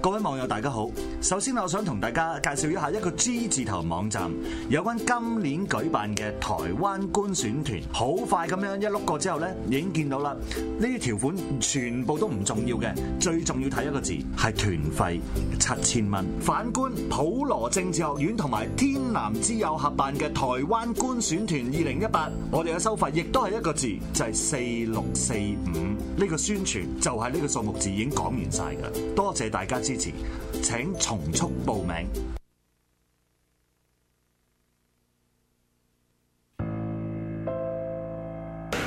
各位網友大家好，首先我想同大家介紹一下一個 G 字頭網站，有關今年舉辦嘅台灣觀選團，好快咁樣一碌過之後呢，已經見到啦，呢啲條款全部都唔重要嘅，最重要睇一個字係團費七千蚊。反觀普羅政治學院同埋天南之友合辦嘅台灣觀選團二零一八，我哋嘅收費亦都係一個字，就係四六四五。呢個宣傳就係呢個數目字已經講完晒㗎啦，多謝大家支持，請從速報名。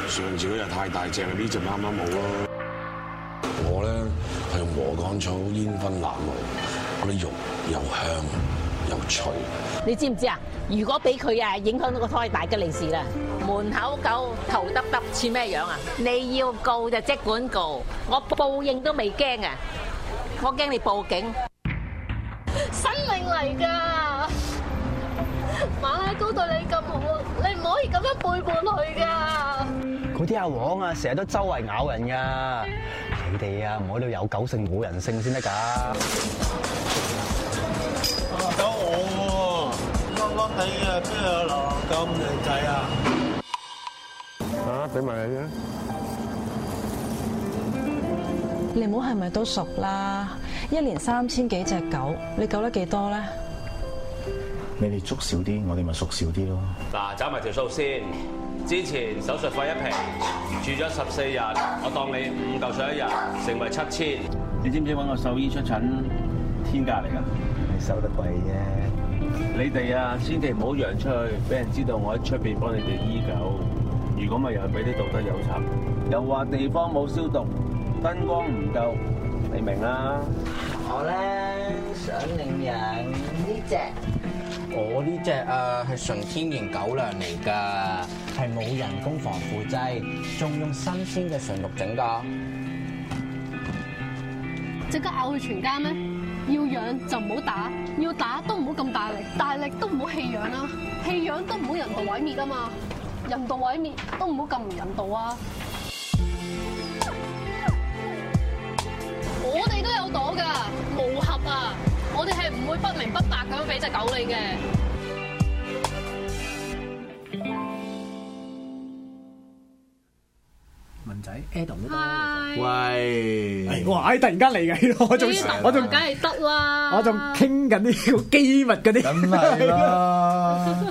上次嗰隻太大隻啦，呢隻啱啱好咯。我咧係用禾稈草煙燻臘肉，嗰啲肉又香又脆。你知唔知啊？如果俾佢啊影響到個胎，大吉利是啦！門口狗頭耷耷似咩樣啊？你要告就即管告，我報應都未驚啊！我驚你報警。生命嚟噶。馬拉糕對你咁好，你唔可以咁樣背叛佢噶。嗰啲阿黃啊，成日都周圍咬人噶。你哋啊，唔好喺度有狗性冇人性先得㗎。搞我喎，笠笠地啊，邊有流浪狗咁靚仔啊？啊，俾埋你啦。你唔好係咪都熟啦？一年三千幾隻狗，你救得幾多咧？你哋捉少啲，我哋咪縮少啲咯。嗱，找埋條數先。之前手術費一平，住咗十四日，我當你五嚿水一日，成為七千。你知唔知揾個獸醫出診天價嚟㗎？你收得貴啫。你哋啊，千祈唔好揚出去，俾人知道我喺出邊幫你哋醫狗。如果咪又係俾啲道德有賊，又話地方冇消毒，燈光唔夠，你明啦。我咧想領養呢只，我呢只啊係純天然狗糧嚟㗎，係冇人工防腐劑，仲用新鮮嘅純肉整㗎。即刻咬佢全家咩？要養就唔好打，要打都唔好咁大力，大力都唔好棄養啦，棄養都唔好人道毀滅啊嘛，人道毀滅都唔好咁唔人道啊！我哋都有朵㗎，無合啊！我哋係唔會不明不白咁樣俾只狗你嘅。文仔 Adam 喂，哇！唉，突然間嚟嘅 呢個，我仲我仲梗係得啦，我仲傾緊啲好機密嗰啲，咁係啦。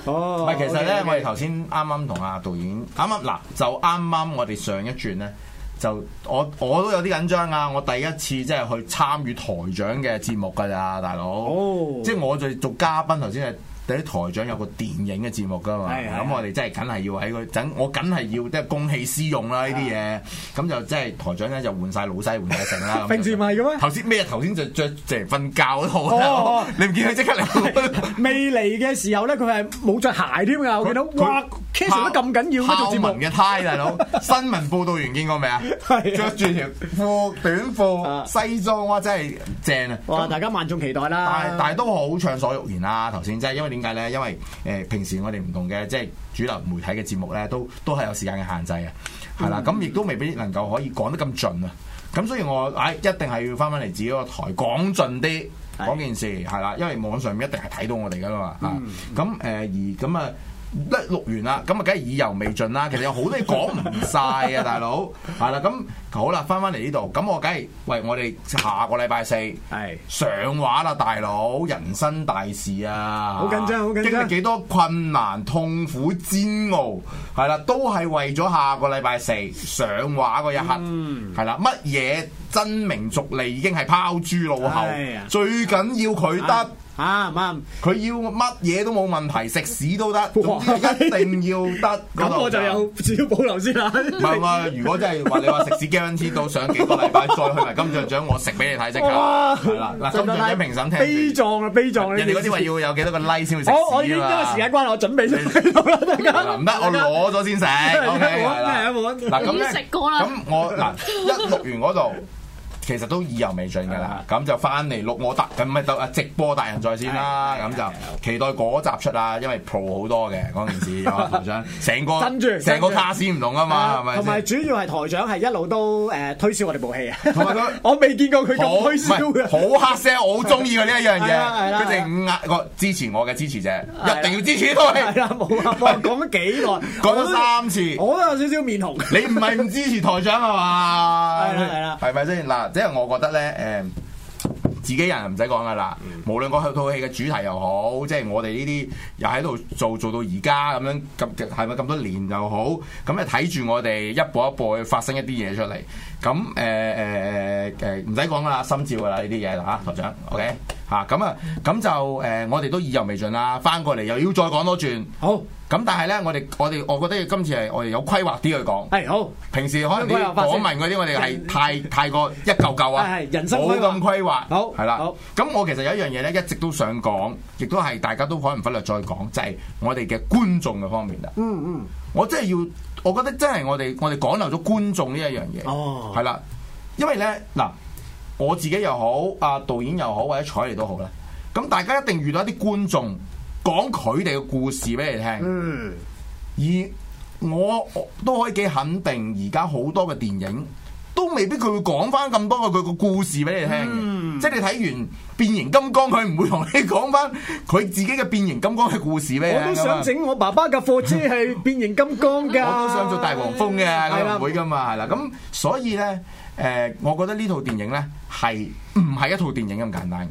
哦唔係，其實咧，我哋頭先啱啱同阿導演啱啱嗱，就啱啱我哋上一轉咧，就我我都有啲緊張啊！我第一次即係去參與台長嘅節目㗎咋，大佬。哦，即係我就做嘉賓，頭先係。第一台長有個電影嘅節目㗎嘛，係係咁我哋真係梗係要喺佢，等我梗係要即係公器私用啦呢啊啲嘢，咁就即係台長咧就換晒老西換晒成 啦。咁平時唔係嘅咩？頭先咩？頭先就着成瞓覺都哦好，你唔見佢即刻嚟，未嚟嘅時候咧，佢係冇着鞋添㗎，我見到佢哇，casual 得咁緊要咩做節拋目文？嘅胎 大佬，新聞報導員見過未啊？着住條褲短褲西裝，哇！真係正啊！啊哇！大家萬眾期待啦！但但係都好暢所欲言啦。頭先即係因為點解咧？因為誒、呃平時我哋唔同嘅即係主流媒體嘅節目咧，都都係有時間嘅限制啊，係嗯啦。咁亦都未必能夠可以講得咁盡啊。咁所以我唉、一定係要翻返嚟自己個台講盡啲。講件事係啦，因為網上面一定係睇到我哋噶啦嘛啊嗯嚇。咁誒、呃而咁啊。一錄完啦，咁啊，梗係意猶未盡啦。其實有好多嘢講唔晒啊，大佬。係啦，咁好啦，翻翻嚟呢度，咁我梗係喂，我哋下個禮拜四係上畫啦，大佬，人生大事啊，好緊張好緊張經歷幾多困難、痛苦、煎熬，係啦，都係為咗下個禮拜四上畫嗰一刻，嗯係啦、乜嘢真名逐利已經係拋諸腦後係啊，最緊要佢得。啱啱，佢要乜嘢都冇問題，食屎都得，總之一定要得。嗰咁度我就有少少保留先啦。唔係唔係，如果真係話你話食屎 guarantee 到上幾個禮拜再去埋金像獎，我食俾你睇即刻。哇係啦，嗱金像獎評審悲聽住，壯啊，悲壯啊！人哋嗰啲話要有幾多個 like 先會食我我已屎經因為時啊間關係，我準備先睇到啦， 大嘛。家唔得，我攞咗 先食。OK，係啦啊冇得冇得嗱咁已經咧食過啦咁我嗱一錄完嗰度。其實都意猶未盡㗎啊啦。咁就翻嚟錄我達，唔係啊直播達人在線啦。咁就期待嗰集出啊，因為 pro 好多嘅嗰 件事，有啊台長，成個跟住成個卡先唔同啊嘛，係咪同先埋？主要係台長係一路都誒推銷我哋部戲啊！同埋佢 我未見過佢好咁推銷唔嘅，係好黑 sell，我好中意佢呢一係樣啦係嘢，啦佢哋壓個支持我嘅支持者，一定要支持呢套戲。係啦，冇啊！哇，講咗幾耐， 講咗三次，我都有少少面紅。你唔係唔支持台長係嘛？係啦係啦，係咪先？嗱，即係我覺得咧，誒，自己人唔使講噶啦。嗯無論嗰套戲嘅主題又好，即係我哋呢啲又喺度做做到而家咁樣咁係咪咁多年又好，咁你睇住我哋一步一步去發生一啲嘢出嚟。咁誒誒誒誒，唔使講啦，心照噶啦呢啲嘢嚇，台長，OK 嚇咁啊，咁就誒、我哋都意猶未盡啦，翻過嚟又要再講多轉。好，咁但係咧，我哋我哋我覺得今次係我哋有規劃啲去講。係好。平時可能啲訪問嗰啲，我哋係太太過一嚿嚿啊，係係人生規劃冇咁規劃，好係啦。咁我其實有一樣嘢咧，一直都想講，亦都係大家都可能忽略再講，就係我哋嘅觀眾嘅方面啦。嗯嗯，我真係要，我覺得真係我哋我哋講漏咗觀眾呢一樣嘢，哦係啦，因為咧嗱，我自己又好，啊導演又好，或者彩嚟都好啦，咁大家一定遇到一啲觀眾講佢哋嘅故事俾你聽，嗯，而我我都可以幾肯定，而家好多嘅電影。都未必佢會講翻咁多嘅佢個故事俾你聽嘅，嗯即係你睇完變形金剛，佢唔會同你講翻佢自己嘅變形金剛嘅故事俾你我聽都㗎嘛想整我爸爸嘅貨車係變形金剛㗎。 我都想做大黃蜂嘅，啊係佢啦唔會噶嘛，係啦。咁所以咧，誒、我覺得呢套電影咧係唔係一套電影咁簡單嘅，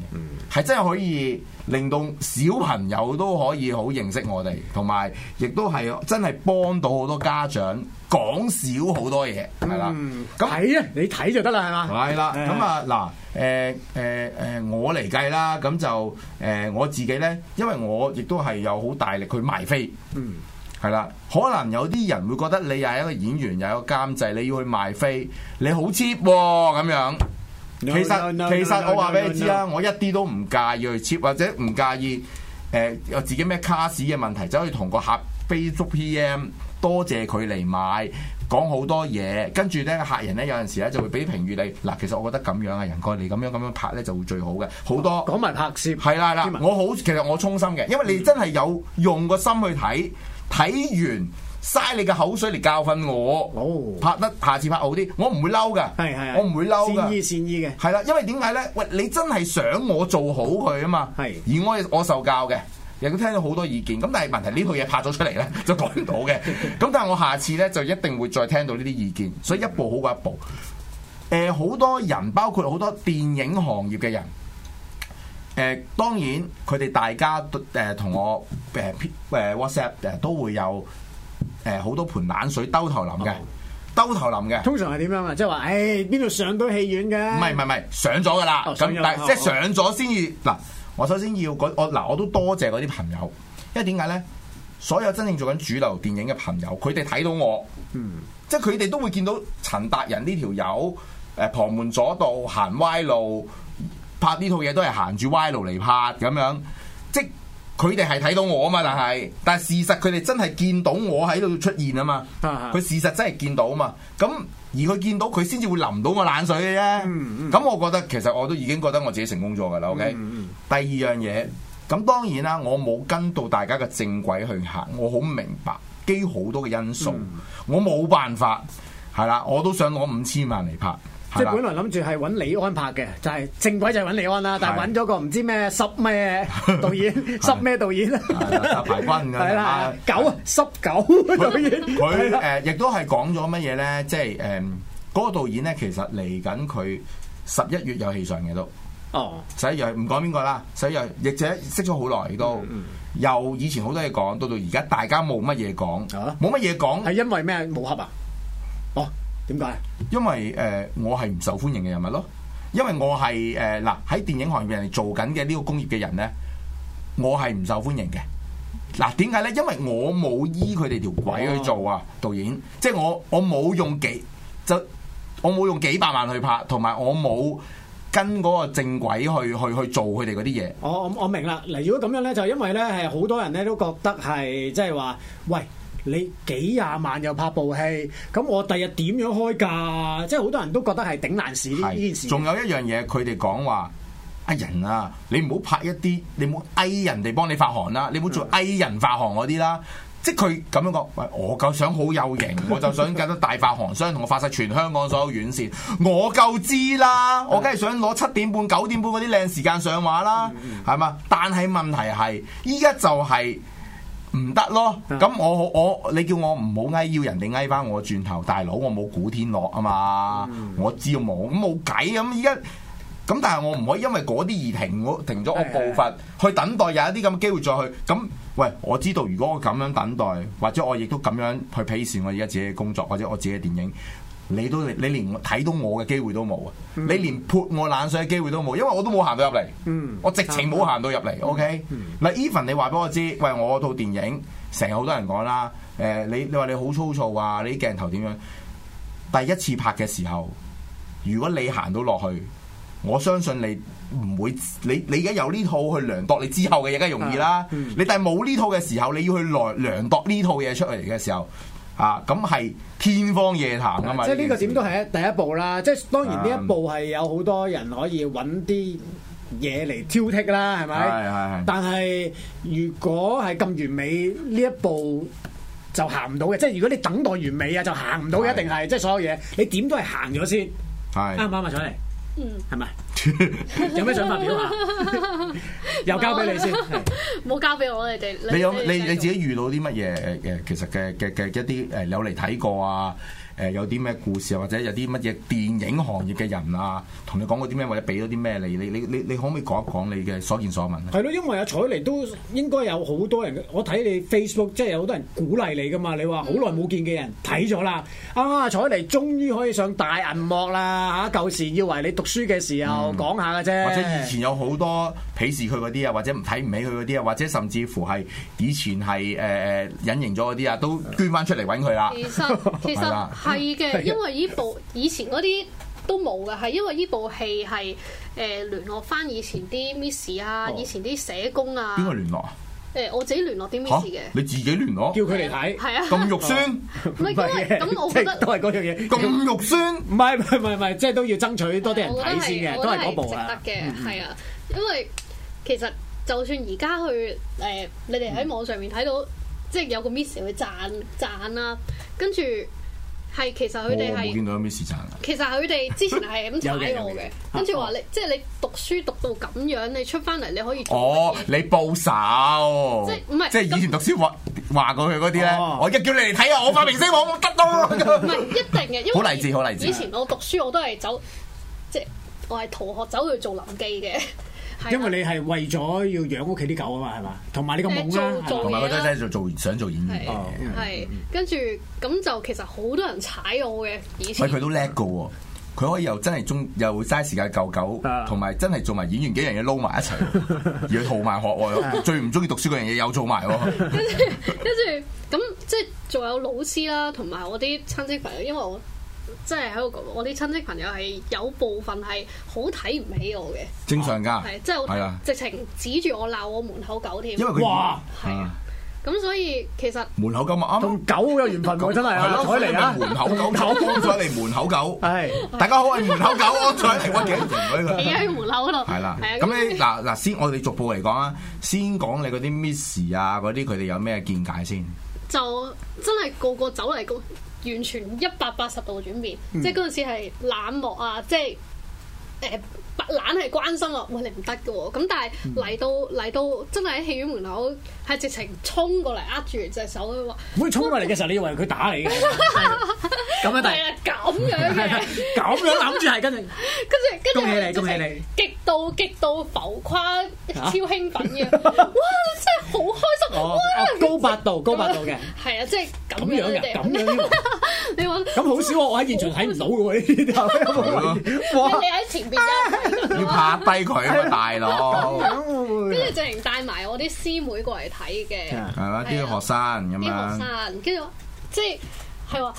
係、真係可以令到小朋友都可以好認識我哋，同埋亦都係真係幫到好多家長講少好多嘢，係啦。咁睇啊，你睇就得啦，係嘛？係啦，係咁啊嗱，誒誒誒，我嚟計啦，咁就誒、我自己咧，因為我亦都係有好大力去賣飛，嗯，係啦，可能有啲人會覺得你又係一個演員，又有一個監製，你要去賣飛，你好 cheap 喎、咁樣。 No, 其 no, 實 no, 其實 no, no, 我話俾你知啦 no, 我一啲都唔介意去 cheap，或者唔介意誒有、自己咩卡士嘅問題，走去同個客 Facebook PM 多謝佢嚟買。講好多嘢，跟住咧客人咧有陣時咧就會俾評語你。嗱，其實我覺得咁樣啊，人哥你咁樣咁樣拍咧就會最好嘅，好多講啊埋拍攝係啦係啦，我好其實我衷心嘅，因為你真係有用個心去睇，睇完嘥你嘅口水嚟教訓我，拍得下次拍好啲，我唔會嬲㗎，哦係係係我唔會嬲㗎，善意善意嘅。係啦，因為點解咧？喂，你真係想我做好佢啊嘛。係。而我我受教嘅，亦都聽到好多意見。咁但係問題呢 套嘢拍咗出嚟咧，就改唔到嘅。咁但係我下次咧就一定會再聽到呢啲意見，所以一步好過一步。誒、好多人，包括好多電影行業嘅人。誒、當然佢哋大家都誒同、我誒、呃 WhatsApp 誒都會有誒好、多盆冷水兜頭淋嘅，兜頭淋嘅。通常係點樣啊？即係話，誒邊度上到戲院嘅？唔係唔係唔係，上咗噶啦。哦上咁咗但哦係即係上咗先至嗱。我首先要嗰我嗱，我都多謝嗰啲朋友，因為點解咧？所有真正做緊主流電影嘅朋友，佢哋睇到我，嗯，即係佢哋都會見到陳達仁呢條友誒旁門左道行歪路，拍呢套嘢都係行住歪路嚟拍咁樣，即佢哋係睇到我啊嘛，但係但係事實佢哋真係見到我喺度出現啊嘛，啊佢事實真係見到啊嘛，咁而佢見到佢先至會淋到我冷水嘅啫。咁、嗯我覺得其實我都已經覺得我自己成功咗㗎啦。OK，、第嗯二樣嘢，咁當然啦，我冇跟到大家嘅正軌去行，我好明白基於好多嘅因素，嗯我冇辦法係啦，我都想攞五千萬嚟拍，即係係啦本 來諗住係揾李安拍嘅，就係正軌就係揾李安啦，但係揾咗個唔知咩濕 咩導演，濕咩導演啦，阿排軍㗎係啦啊，狗啊濕 狗導演，佢係啦誒亦都係講咗乜嘢咧？即係誒嗰個導演咧，其實嚟緊佢十一月有戲上嘅都。哦，十一月唔講邊個啦，十一月亦者識咗好耐都，由以前好多嘢講，到到而家大家冇乜嘢講，冇乜嘢講係因為咩武俠啊？哦，點解？因為誒、呃我係唔受歡迎嘅人物咯，因為我係誒嗱喺電影行業人哋做緊嘅呢個工業嘅人咧，我係唔受歡迎嘅。嗱點解咧？因為我冇依佢哋條軌去做啊，導演，即係我我冇用幾就我冇用幾百萬去拍，同埋我冇跟嗰個正軌去去去做佢哋嗰啲嘢。Ờ, 我我我明啦。嗱，如果咁樣咧，就因為咧係好多人咧都覺得係即係話，喂，你幾廿萬又拍部戲，咁我第日點樣開價？即係好多人都覺得係頂難事呢呢件事。仲有一樣嘢，佢哋講話。呃人啊！你唔好拍一啲，你唔好翳人哋幫你發行啦，你唔好嗯做翳人發行嗰啲啦。即係佢咁樣講，喂，我夠想好有型，我就想搞到大發行商同我發晒全香港所有院線，我夠知啦，我梗係想攞七點半、九點半嗰啲靚時間上畫啦，嗯係嘛？但係問題係，依家就係、唔得咯，咁我我你叫我唔好翳，要人哋翳翻我轉頭，大佬我冇古天樂啊嘛，我知我冇，咁冇計咁依家。咁但係我唔可以因為嗰啲而停我停咗我步伐，去等待有一啲咁嘅機會再去。咁喂，我知道如果我咁樣等待，或者我亦都咁樣去鄙視我而家自己嘅工作，或者我自己嘅電影。你都你連睇到我嘅機會都冇啊！你連潑我冷水嘅機會都冇，因為我都冇行到入嚟，我直情冇行到入嚟。OK，嗱，even 你話俾我知，喂，我套電影成日好多人講啦，誒、你你話你好粗糙啊，你啲鏡頭點樣？第一次拍嘅時候，如果你行到落去，我相信你唔會，你你而家有呢套去量度你之後嘅嘢，梗係容易啦。你但係冇呢套嘅時候，你要去量量度呢套嘢出嚟嘅時候，啊，咁係天方夜譚噶嘛。即係呢個點都係一第一步啦。即係當然呢嗯一步係有好多人可以揾啲嘢嚟挑剔啦，係係係咪係？但係如果係咁完美呢一步。就行唔到嘅，即係如果你等待完美啊，就行唔到嘅，一定係，即係所有嘢，你點都係行咗先，係啱唔啱啊？上嚟嗯，係咪？ 有咩想發表啊？又交俾你先，哦係冇交俾我你哋。你有你繼續你自己遇到啲乜嘢誒誒？其實嘅嘅嘅一啲誒有嚟睇過啊誒有啲咩故事啊，或者有啲乜嘢電影行業嘅人啊，同你講過啲咩，或者俾咗啲咩你？你你你你可唔可以講一講你嘅所見所聞啊？係咯，因為阿彩妮都應該有好多人，我睇你 Facebook 即係有好多人鼓勵你噶嘛。你話好耐冇見嘅人睇咗啦，啊彩妮終於可以上大銀幕啦嚇！舊時以為你讀書嘅時候講下嘅啫，嗯或者以前有好多鄙視佢嗰啲啊，或者唔睇唔起佢嗰啲啊，或者甚至乎係以前係誒誒隱形咗嗰啲啊，都捐翻出嚟揾 佢啦。其實其係實啦係嘅，因為呢部以前嗰啲都冇嘅，係因為呢部戲係誒、呃、聯絡翻以前啲 miss 啊，哦以前啲社工啊，邊個聯絡啊？誒、我自己聯絡啲嚇 miss 嘅，你自己聯絡？叫佢嚟睇，係啊咁肉酸？ 唔係因為咁，我覺得即係都係嗰樣嘢咁肉酸，唔係唔係唔係唔係，即係都要爭取多啲人我睇覺先得嘅，我都覺係得嗰步啊值。得嘅嗯，係啊，因為其實就算而家去誒、呃你哋喺網上面睇嗯到，即係有個 miss 去讚讚啦，跟住係其實我佢哋冇係見。到有咩事賺啊！其實佢哋之前係咁踩我有嘅有嘅嘅，跟住話你即係你讀書讀到咁樣，你出翻嚟你可以做哦乜嘢，你報仇，即係唔係即係以前讀書話話過佢嗰啲咧，我一叫你嚟睇下啊我發明星，我冇得到。唔係啊一定嘅，因為好勵志好勵志以前我讀書我都係走，即係我係逃學走去做臨記 嘅，係因啦為你係為咗要養屋企啲狗啊嘛，係嘛？同埋你個夢誒啦，做同埋嘢佢啦真係做做想做演員係哦嘅，嗯係跟住咁就其實好多人踩我嘅以前喂，佢都叻噶喎。佢可以又真係中又嘥時間救狗，啊同埋真係做埋演員幾樣嘢撈埋一齊， 要逃埋學啊喎。最唔中意讀書嗰樣嘢又做埋喎。 跟住咁即係仲有老師啦，同埋我啲親戚朋友，因為我即係喺度講，我啲親戚朋友係有部分係好睇唔起我嘅，正常㗎係即係係好啊直情指住我鬧我門口狗添，因為佢嗯係啊，咁所以其實門口狗咪啱，同狗有緣分喎，真係啊咯，彩嚟啊門口狗， 安彩嚟門口狗，係大家好，我係門口狗，安彩嚟，我幾型 嗰個，企喺門口嗰度， 係啦，係啊咁你嗱嗱先，我哋逐步嚟講啊，先講你嗰啲 miss 啊，嗰啲佢哋有咩見解 先？就真係個個走嚟個完全一百八十度轉變，嗯即係嗰陣時係冷漠啊，即係誒白懶係關心啊，喂你唔得嘅喎，咁但係嗯嚟到嚟到真係喺戲院門口係直情衝過嚟握住隻手佢話，每衝過嚟嘅時候，你以為佢打你嘅，咁樣係啊咁樣嘅， 咁樣諗住 係跟住。跟住跟住恭喜你係直情恭喜你極度極度浮誇，超啊興奮嘅， 哇！真係好開心，哇！哦哦高八度，高八度嘅。 係啊，即係咁咁樣樣你嘅，哋咁樣嘅， 你揾咁好少喎我喺現場睇唔到嘅喎呢你啲頭，哇！你喺前邊啊有人睇要拍低佢啊嘛，大佬， 跟住直情帶埋我啲師妹過嚟睇嘅，啊係嘛？啲學生咁啲學樣，生，跟住我即係係話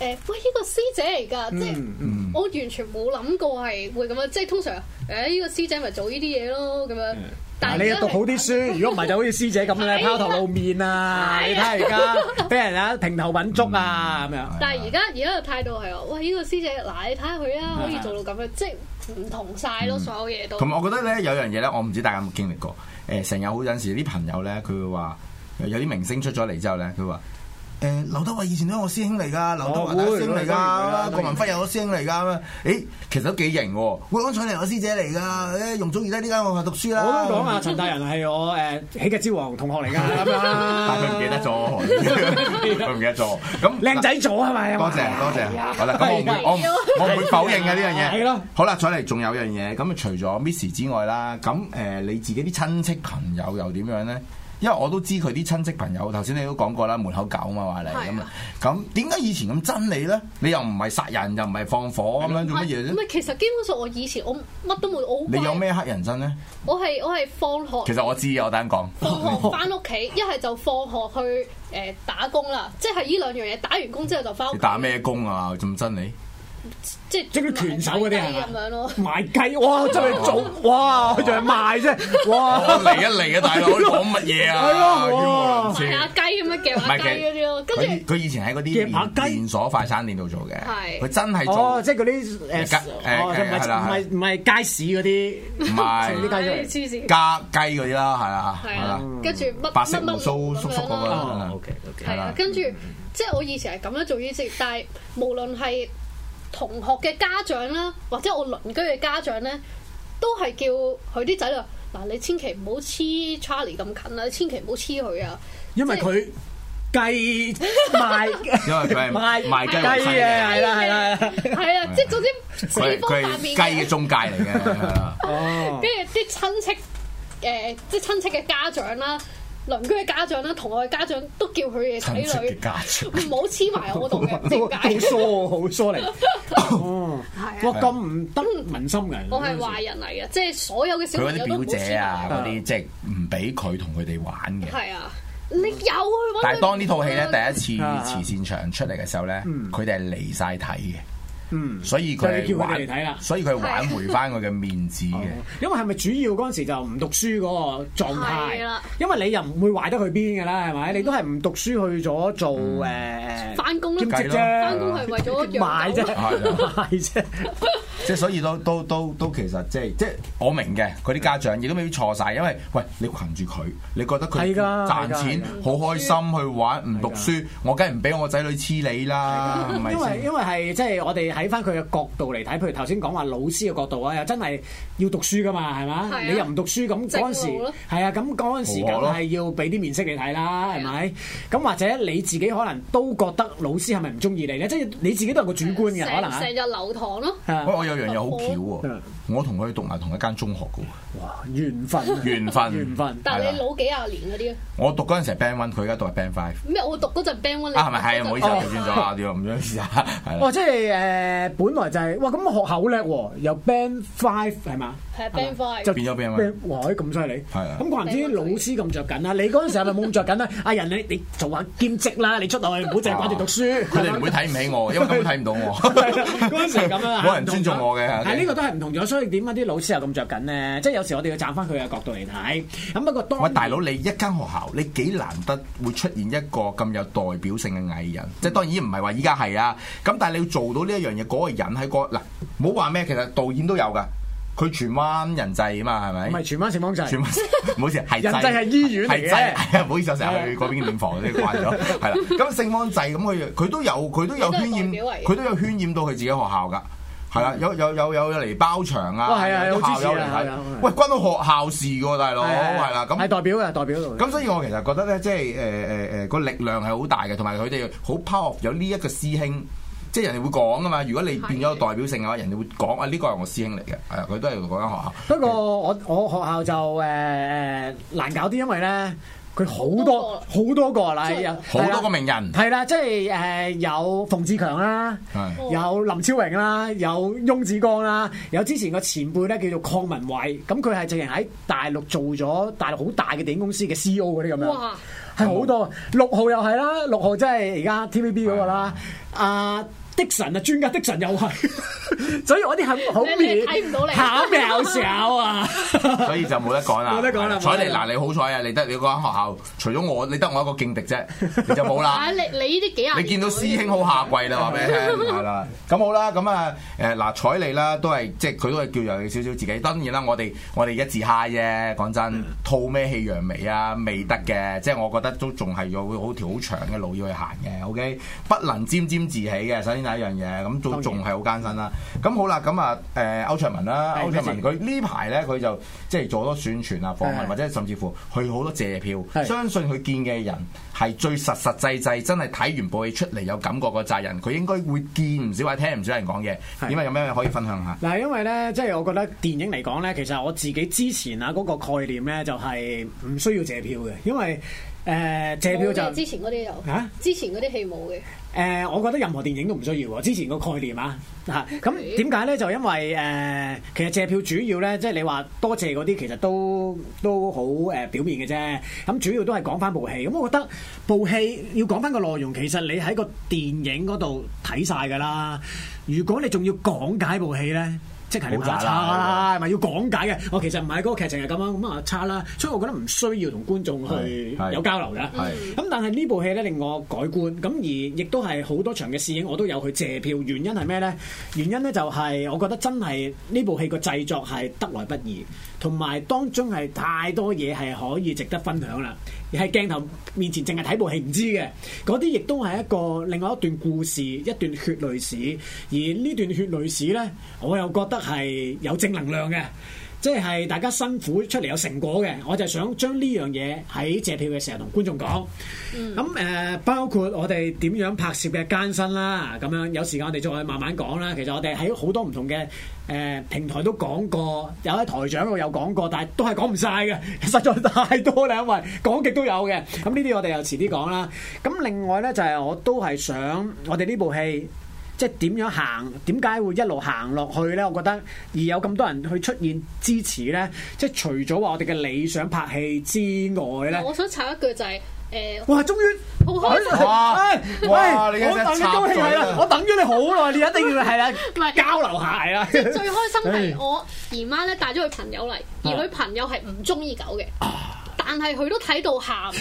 誒，喂，呢個師姐嚟嗯㗎，即係我完全冇諗過係會咁樣，即係通常誒呢個師姐咪做呢啲嘢咯咁樣。但嗯嗱，係你而要家讀好係啲 書，如果唔係就好似師姐咁咧拋頭露面啊！你睇下 而家俾人啊平頭品足啊咁樣。但係而家而家嘅態度係話，喂，呢個師姐，嗱，你睇下佢啊，可以做到咁樣，即係唔同晒嗯咯，所有嘢都。同埋我覺得咧有樣嘢咧，我唔知大家有冇經歷過。誒，成日好有陣時啲朋友咧，佢會話有有啲明星出咗嚟之後咧，佢話誒劉德華以前都係我師兄嚟㗎，劉德華都係師兄嚟㗎，郭文輝又我師兄嚟㗎咁樣。誒，其實都幾型喎。喂，安彩玲我師姐嚟㗎，誒容祖兒咧呢間我學校讀書啦。我都講啊，陳大人係我誒喜劇之王同學 嚟㗎咁樣啦。但係佢唔記得咗，佢唔記得咗。咁靚仔咗係咪啊多謝多謝，好啦，咁我唔會我唔我唔會否認嘅呢樣嘢。哎係咯。好啦，再嚟仲有樣嘢，咁啊除咗 Miss 之外啦，咁誒你自己啲親戚朋友又點樣咧？因為我都知佢啲親戚朋友，頭先你都講過啦，門口狗嘛話你咁啊，咁點解以前咁憎你咧？你又唔係殺人，又唔係放火咁樣做乜嘢唔啫？係，其實基本上我以前我乜都冇，我好乖你有咩黑人憎咧？我係我係放學。其實我知嘅，我等陣講。哦翻屋企，一係就放學去誒、呃打工啦，即係呢兩樣嘢。打完工之後就翻屋你企，打咩工啊？咁憎你？即係即係啲拳手嗰啲係嘛咁樣咯。賣雞，哇！真係做，哇！佢仲係賣啫，哇！我哦嚟一嚟嘅啊大佬，你講乜嘢啊？哦係啊咯哇冤枉賣人下雞咁樣夾唔下係雞嘅嗰啲咯，跟佢住佢以前喺嗰啲連連鎖快餐店度做嘅，係佢真係做哦，即係嗰啲誒吉誒哦就唔係係啦唔係唔係街市嗰啲，唔啲係街黐線，加雞嗰啲啦，係啦，係係啊啦，，跟住乜白色乜毛乜須咁叔叔樣嗰啦，個啦係係啦啊，，跟住即係我以前係咁樣做呢啲，但係無論係同學嘅家長啦，或者我鄰居嘅家長咧，都係叫佢啲仔女嗱，你千祈唔好黐 Charlie 咁近啦，你千祈唔好黐佢啊！因為佢雞 賣，因為佢 係賣賣雞肉雞生嘅，係嘅，啦係啦，係啊，即係總之四佢係方佢八係面雞嘅中介嚟嘅，係 啦哦跟住啲親戚誒、呃即係親戚嘅家長啦、鄰居嘅家長啦、同學嘅家長都叫佢哋仔親戚嘅女家長。唔好黐埋我度嘅，唔知好點解？疏好疏離，哦，係哇啊，咁唔得民心嘅，我係壞人嚟嘅，即係所有嘅小佢朋嗰友啲都唔好表姐黐啊，埋嗰啲即係唔俾佢同佢哋玩嘅我。。係啊，你有去揾佢？但係當呢套戲咧第一次啊慈善場出嚟嘅時候咧，嗯佢哋係離晒睇嘅。嗯。所以佢係就係叫佢哋嚟睇啦哦挽，所以佢係挽回翻佢嘅面子嘅。因為係咪主要嗰陣時就唔讀書嗰個狀係態啦？嗯因為你又唔會壞得去邊㗎啦，係咪？你都係唔讀書去咗做誒翻嗯工啦兼職啫，翻工係為咗養狗賣啫，係 賣啫。即係所以都都都都其實即係即係我明嘅，佢啲家長亦都未必錯晒，因為喂你群住佢，你覺得佢係㗎係賺㗎係錢㗎好開心去玩，唔讀書，我梗係唔俾我仔女黐你啦，係咪因為先？因為係即係我哋喺翻佢嘅角度嚟睇，譬如頭先講話老師嘅角度啊，又真係要讀書噶嘛，係係嘛？啊你又唔讀書咁正嗰路陣時咯，係啊，咁嗰陣時好學梗咯係要俾啲面色你睇啦，係咪？咁或者你自己可能都覺得老師係咪唔中意你咧？即係你自己都有個主觀嘅可能成成日留堂咯，啊喂，我有樣嘢好巧嗯喎，我同佢讀埋同一間中學嘅哇，緣分啊喎， 緣分緣分但係係你啦老幾廿年嗰啲啊我讀嗰陣時係 Band One，佢而家讀係 Band Five 咩？我讀嗰陣 band one 你啊，係咪係啊？唔好意思啊，哦調轉咗啊，調唔好意思啊，係啦哦，。即係誒、呃本來就係、哇，咁學校好叻喎，由 Band Five 係嘛？係 band five 就變咗 Band One 哇！咁犀利，係啊咁怪唔知老師咁着緊啦。你嗰陣時係咪冇咁着 緊咧？阿人你你做下兼職啦，你出落去唔好淨係掛住讀書。佢哋唔會睇唔起我，因為根本睇唔到係我啦。嗰陣時係咁樣啊，冇人尊重我嘅。係呢個都係唔同咗，所以點解啲老師又咁着緊咧？即係有時我哋要站翻佢嘅角度嚟睇。咁不過當喂，大佬，你一間學校，你幾難得會出現一個咁有代表性嘅藝嗯人，即係當然唔係話依家係啊，咁但係你要做到呢一樣嘢，嗰、個人喺、個嗱，唔好話咩，其實導演都有噶，佢荃灣人際啊嘛，係咪？唔係荃灣城邦就 全部唔好意思，係人際係醫院嚟嘅係劑係啊，唔好意思，我成日去嗰邊殮房，你慣咗，係啦。咁聖安濟咁佢佢都有佢都有佢都係渲代表染，嚟嘅佢都有渲染到佢自己學校噶。係啦，有有有有有嚟包場哦啊，嗯係啊有啲好支持校友嚟啊睇係啊係啊，喂，關到學校事嘅喎，大佬，係哦係啦，咁係代表嘅代表嘅咁所以我其實覺得咧，即係誒誒誒個力量係好大嘅，同埋佢哋好 power 有呢一個師兄，即係人哋會講噶嘛。如果你變咗代表性嘅話，人哋會講啊，呢個係我師兄嚟嘅，係啊，佢都係嗰間學校。不過我我學校就誒、呃、難搞啲，因為咧佢好多好多個啦，係啊好多個名人係啦，即係誒有馮志強啦，係有林超榮啦，有翁子光啦，有之前個前輩咧叫做邝文偉，咁佢係直情喺大陸做咗大陸好大嘅電影公司嘅 CEO 嗰啲咁樣哇，係好多六號又係啦，六號即係而家 TVB 嗰個啦，啊。的神啊，專家的神又 係，所以我啲係好你面，你睇唔到你啊巧妙巧啊！所以就冇得講啦。冇得講啦彩冇得嚟講啦嗱，你好彩啊！你得你嗰間學校，除咗我，你得我一個勁敵啫，你就冇 啦啊！。你你呢啲幾廿年你見到師兄好下 跪啦，話俾你聽，係啦。咁好啦，咁啊誒嗱，彩你啦，都係即係佢都係叫有少少自己。當然啦，我哋我哋一字嗨啫，講嗯真，吐咩氣揚眉啊，未得嘅。即係我覺得都仲係有好條好長嘅路要去行嘅。OK，不能沾沾自喜嘅，首先第一樣嘢，咁都仲係好艱辛啦。咁好啦，咁啊誒歐卓文啦，係歐卓文咩事佢呢排咧佢就即係做好多宣傳啊、訪問係或者甚至乎去好多謝票，係相信佢見嘅人係最實實際際，真係睇完部戲出嚟有感覺嗰扎人，佢應該會見唔少或者聽唔少人講嘢。係點解有咩可以分享下？嗱，因為咧，即係我覺得電影嚟講咧，其實我自己之前啊嗰個概念咧，就係唔需要借票嘅，因為誒、呃、借票就冇嘅之前嗰啲有嚇之前嗰啲戲冇嘅，誒、我覺得任何電影都唔需要喎。之前個概念啊，嚇咁點解咧？就因為誒、呃其實借票主要咧，即係你話多謝嗰啲，其實都都好誒、表面嘅啫。咁主要都係講翻部戲。咁我覺得部戲要講翻個內容，其實你喺個電影嗰度睇晒㗎啦。如果你仲要講解部戲咧，即係你好渣啦差啦，係咪要講解嘅？我其實唔係嗰個劇情係咁樣，咁啊差啦。所以我覺得唔需要同觀眾去係係有交流㗎。係咁但係呢部戲咧令我改觀，咁而亦都係好多場嘅試影我都有去借票，原因係咩咧？原因咧就係我覺得真係呢部戲個製作係得來不易，同埋當中係太多嘢係可以值得分享啦。而喺鏡頭面前淨係睇部戲唔知嘅，嗰啲亦都係一個另外一段故事，一段血淚史。而呢段血淚史咧，我又覺得係有正能量嘅。即係大家辛苦出嚟有成果嘅，我就想將呢樣嘢喺借票嘅時候同觀眾講。咁誒、呃包括我哋點樣拍攝嘅艱辛啦，咁樣有時間我哋再慢慢講啦。其實我哋喺好多唔同嘅誒、呃平台都講過，有喺台長嗰度有講過，但係都係講唔晒嘅，實在太多啦，因為講極都有嘅。咁呢啲我哋又遲啲講啦。咁另外呢，就係、我都係想我哋呢部戲。即係點樣行？點解會一路行落去呢？我覺得而有咁多人去出現支持呢，即係除咗話我哋嘅理想拍戲之外呢，我想插一句就係誒哇！終於好開心哇哎哇喂你一我等隻你插高嘴興係啦啦，我等咗你好耐，你一定要係啦，交流下係啦。啊即係最開心係我姨媽咧帶咗佢朋友嚟，而佢朋友係唔中意狗嘅，但係佢都睇到喊。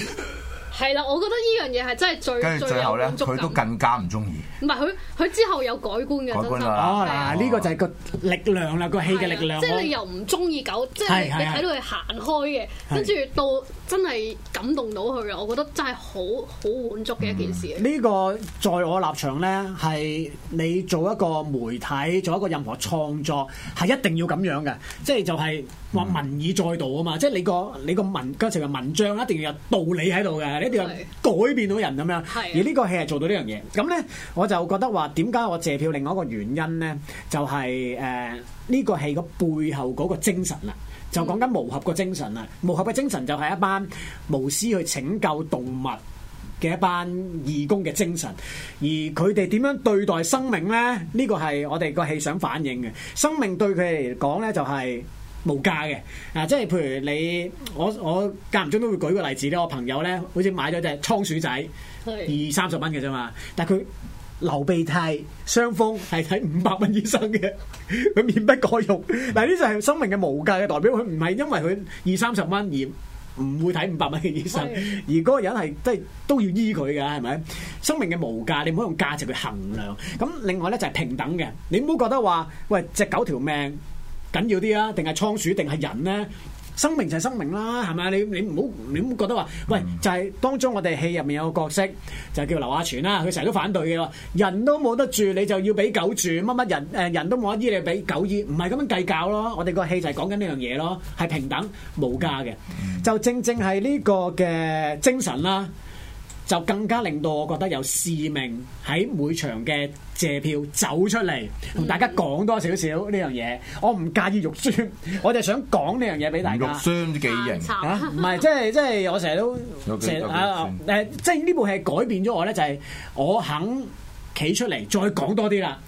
係啦，我覺得呢樣嘢係真係最跟住最最有後咧，滿足佢感。都更加唔中意。唔係佢佢之後有改觀嘅，改真觀心。啦啊哦，嗱，呢個就係個力量啦，個戲嘅力量。即係你我又唔中意狗，即係係你係你係睇到佢行開嘅，跟住到真係感動到佢啊！我覺得真係好好滿足嘅一件事。呢個在我立場呢，係你做一個媒體，做一個任何創作，係一定要咁樣嘅，即係就係話嗯民意載道啊嘛，即係你個你個文嗰成嘅文章一定要有道理喺度嘅，你一定要改變到人咁樣。係啊而呢個戲係做到呢樣嘢，咁呢，我就覺得話點解我借票另外一個原因呢，就係誒呢個戲個背後嗰個精神啦。就講緊無合個精神啦，無合嘅精神就係一班無私去拯救動物嘅一班義工嘅精神，而佢哋點樣對待生命呢？呢個係我哋個戲想反映嘅。生命對佢哋嚟講呢，就係、無價嘅啊！即係譬如你，我我間唔中都會舉個例子咧。我朋友呢，好似買咗隻倉鼠仔，係二三十蚊嘅啫 嘛，但係佢流鼻涕、傷風係睇五百蚊醫生嘅，佢面不改容。嗱，呢就係生命嘅無價嘅代表，佢唔係因為佢二三十蚊而唔會睇五百蚊嘅醫生，係而嗰個人係即係都要醫佢㗎，係咪？生命嘅無價，你唔好用價值去衡量。咁另外咧就係平等嘅，你唔好覺得話喂只狗條命。緊要啲啊，定係倉鼠定係人咧？生命就係生命啦，係咪啊？你你唔好你唔好覺得話，喂，就係當中我哋戲入面有個角色就叫劉亞全啦，佢成日都反對嘅喎，人都冇得住，你就要俾狗住，乜乜人誒、人都冇得醫，你俾狗醫，唔係咁樣計較咯。我哋個戲就係講緊呢樣嘢咯，係平等無價嘅，就正正係呢個嘅精神啦。就更加令到我覺得有使命喺每場嘅借票走出嚟，同大家講多少少呢樣嘢。我唔介意肉酸，我就想講呢樣嘢俾大家。肉酸幾型啊唔係，即係即係我成日有都幾成日有幾啊誒，即係呢部戲改變咗我咧，就係、我肯企出嚟再講多啲啦。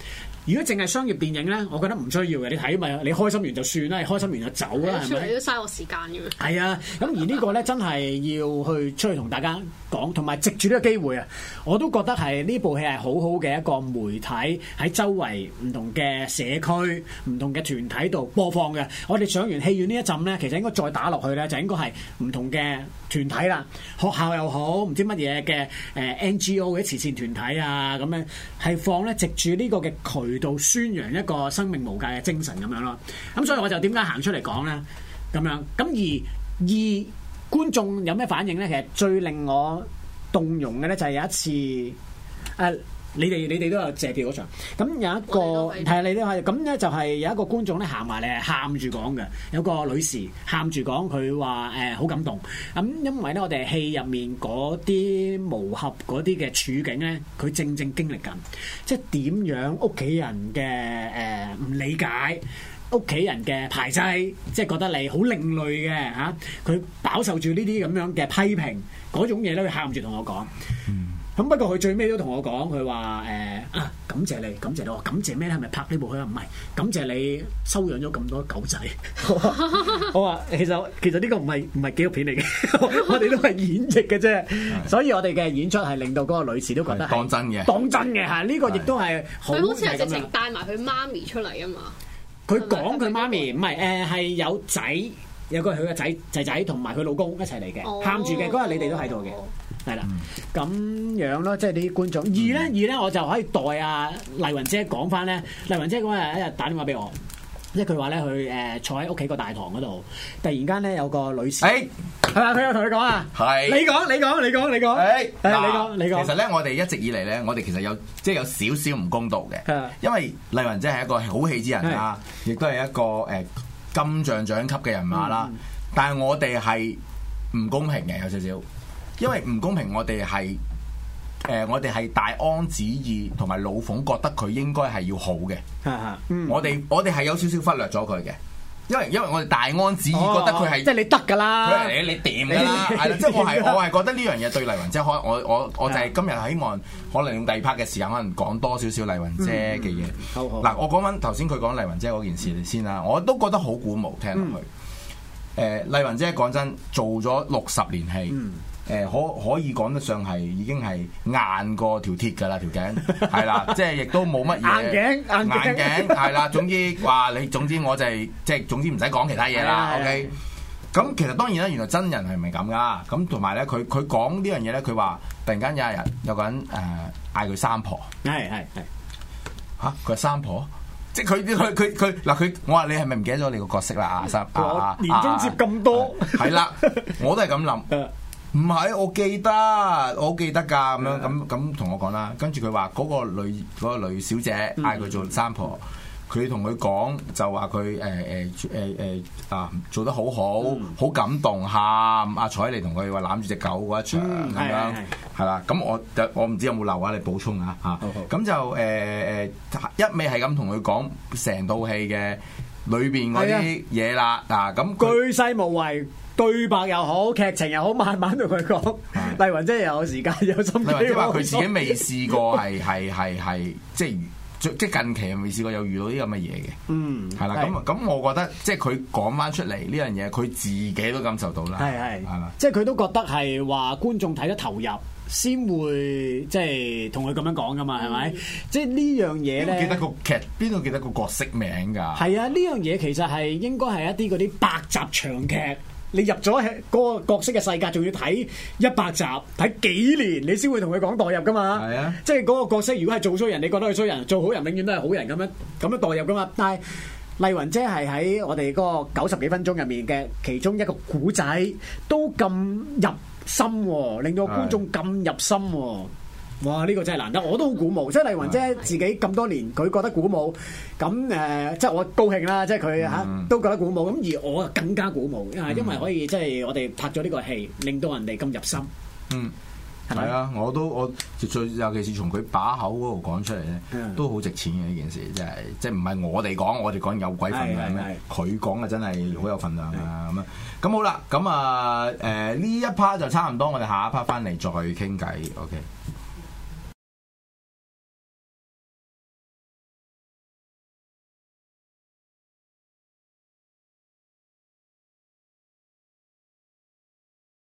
如果淨係商業電影咧，我覺得唔需要嘅。你睇咪，你開心完就算啦，你開心完就走啦，係 出嚟咪？都嘥我時間嘅。係啊，咁而呢個咧真係要去出去同大家講，同埋藉住呢個機會啊，我都覺得係呢部戲係好好嘅一個媒體喺周圍唔同嘅社區、唔同嘅團體度播放嘅。我哋上完戲院呢一陣咧，其實應該再打落去咧，就應該係唔同嘅團體啦，學校又好，唔知乜嘢嘅誒 NGO 嘅慈善團體啊，咁樣係放咧藉住呢個嘅渠道宣揚一個生命無價嘅精神咁樣咯。咁所以我就點解行出嚟講咧？咁樣。咁而二觀眾有咩反應咧？其實最令我動容嘅咧就係有一次誒、啊你哋你哋都有借票嗰場，咁有一個係啊你都係咁咧，就係有一個觀眾咧行埋嚟，喊住講嘅，有個女士喊住講佢話誒好感動，咁因為咧我哋戲入面嗰啲無合嗰啲嘅處境咧，佢正正經歷緊，即係點樣屋企人嘅誒唔理解。屋企人嘅排擠，即係覺得你好另類嘅嚇，佢、飽受住呢啲咁樣嘅批評，嗰種嘢咧，佢喊住同我講。咁不過佢最尾都同我講，佢話誒啊感謝你，感謝你，我話感謝咩咧？係咪拍呢部戲啊？唔係，感謝你收養咗咁多狗 仔。我話我話其實其實呢個唔係唔係紀錄片嚟嘅，我哋都係演繹嘅啫。所以我哋嘅演出係令到嗰個女士都覺得係當真嘅當真嘅係呢個亦都係好佢好似係係咁直樣情帶埋佢媽咪出嚟啊嘛，佢講佢媽咪唔係誒係有仔，有個佢嘅仔仔仔同埋佢老公一齊嚟哦嘅，喊住嘅嗰日你哋都喺度嘅，係啦，咁樣咯，即係啲觀眾。二咧二咧，我就可以代阿麗雲姐講翻咧，麗雲姐嗰日一日打電話俾我。即係佢話咧，佢誒坐喺屋企個大堂嗰度，突然間咧有個女士，哎係啊，佢有同佢講啊，係你講，你講，你講，你講，誒，你講，哎嗱哎你講，其實咧，我哋一直以嚟咧，我哋其實有即係有少少唔公道嘅，因為麗雲姐係一個好戲之人啦，亦都係一個誒金像獎級嘅人馬啦。嗯但係我哋係唔公平嘅有少少，因為唔公平我哋係。誒、我哋係大安旨意同埋老馮覺得佢應該係要好嘅，嗯我哋我哋係有少少忽略咗佢嘅，因為因為我哋大安旨意覺得佢係、哦即係你得㗎佢啦，啊係你你掂㗎 啦，係啦，即係我係我係覺得呢樣嘢對麗雲姐可我我我就係今日希望可能用第二 part 嘅時間，可能講多少少麗雲姐嘅嘢。嗯好好嗱，我講翻頭先佢講麗雲姐嗰件事先啦，我都覺得好鼓舞聽落嗯去。誒，麗雲姐講真，做咗六十年戲。誒可可以講得上係已經係硬過條鐵㗎啦，條頸 係啦，即係亦都冇乜嘢硬頸硬頸硬頸係啦。總之話你總之我就係即係總之唔使講其他嘢啦係啊係啊，OK。咁其實當然啦，原來真人係唔係咁噶。咁同埋咧，佢佢講呢樣嘢咧，佢話突然間有一日有個人誒嗌佢三婆，係係係嚇佢話三婆，即係佢佢佢佢嗱佢，我話你係咪唔記得咗你個角色啦？啊三啊啊我年終接咁多，係啦，我都係 咁諗。唔係，我記得，我記得㗎，咁樣咁咁同我講啦。跟住佢話嗰個女嗰、個女小姐嗌佢做三婆，佢同佢講就話佢誒誒誒誒啊做得好好，好、感動喊。阿彩嚟同佢話攬住只狗嗰一場嗯咁係樣係係，係啦。咁我就我唔知有冇漏啊，你補充啊嚇。咁就誒誒、一味係咁同佢講成套戲嘅裏邊嗰啲嘢啦。嗱咁佢巨細無遺，對白又好，劇情又好，慢慢同佢講。麗雲真係有時間有心機你喎，或者話佢自己未試 過係係係係即係最即係近期係未試過有遇到啲咁嘅嘢嘅，嗯係啦。咁咁，我覺得即係佢講翻出嚟呢樣嘢，佢自己都感受到啦。係係係啦。即係佢都覺得係話觀眾睇得投入，先會即係同佢咁樣講噶嘛，係嗯咪？即係呢樣嘢邊度記得咧。個劇？邊度記得個角色名㗎？係啊，呢樣嘢其實係應該係一啲嗰啲百集長劇。你入咗喺嗰個角色嘅世界，仲要睇一百集，睇幾年，你先會同佢講代入噶嘛？係啊，即係嗰個角色，如果係做衰人，你覺得佢衰人；做好人，永遠都係好人咁樣咁樣代入噶嘛。但係麗雲姐係喺我哋嗰個九十幾分鐘入面嘅其中一個古仔，都咁入心喎，令到觀眾咁入心喎。哇！呢、個真係難得，我都好鼓舞。即係麗雲姐自己咁多年，佢覺得鼓舞，咁誒、呃即係我高興啦。即係佢嚇都覺得鼓舞，咁而我啊更加鼓舞，因為因為可以即係我哋拍咗呢個戲，令到人哋咁入心。嗯，係咪係啊，我都我最尤其是從佢把口嗰度講出嚟咧，嗯都好值錢嘅呢件事，真係即係唔係我哋講，我哋講有鬼份量係係咩？佢講啊嘅真係好有份量啊！咁啊，咁好啦，咁啊誒呢一 part 就差唔多，我哋下一 part 翻嚟再傾偈，OK。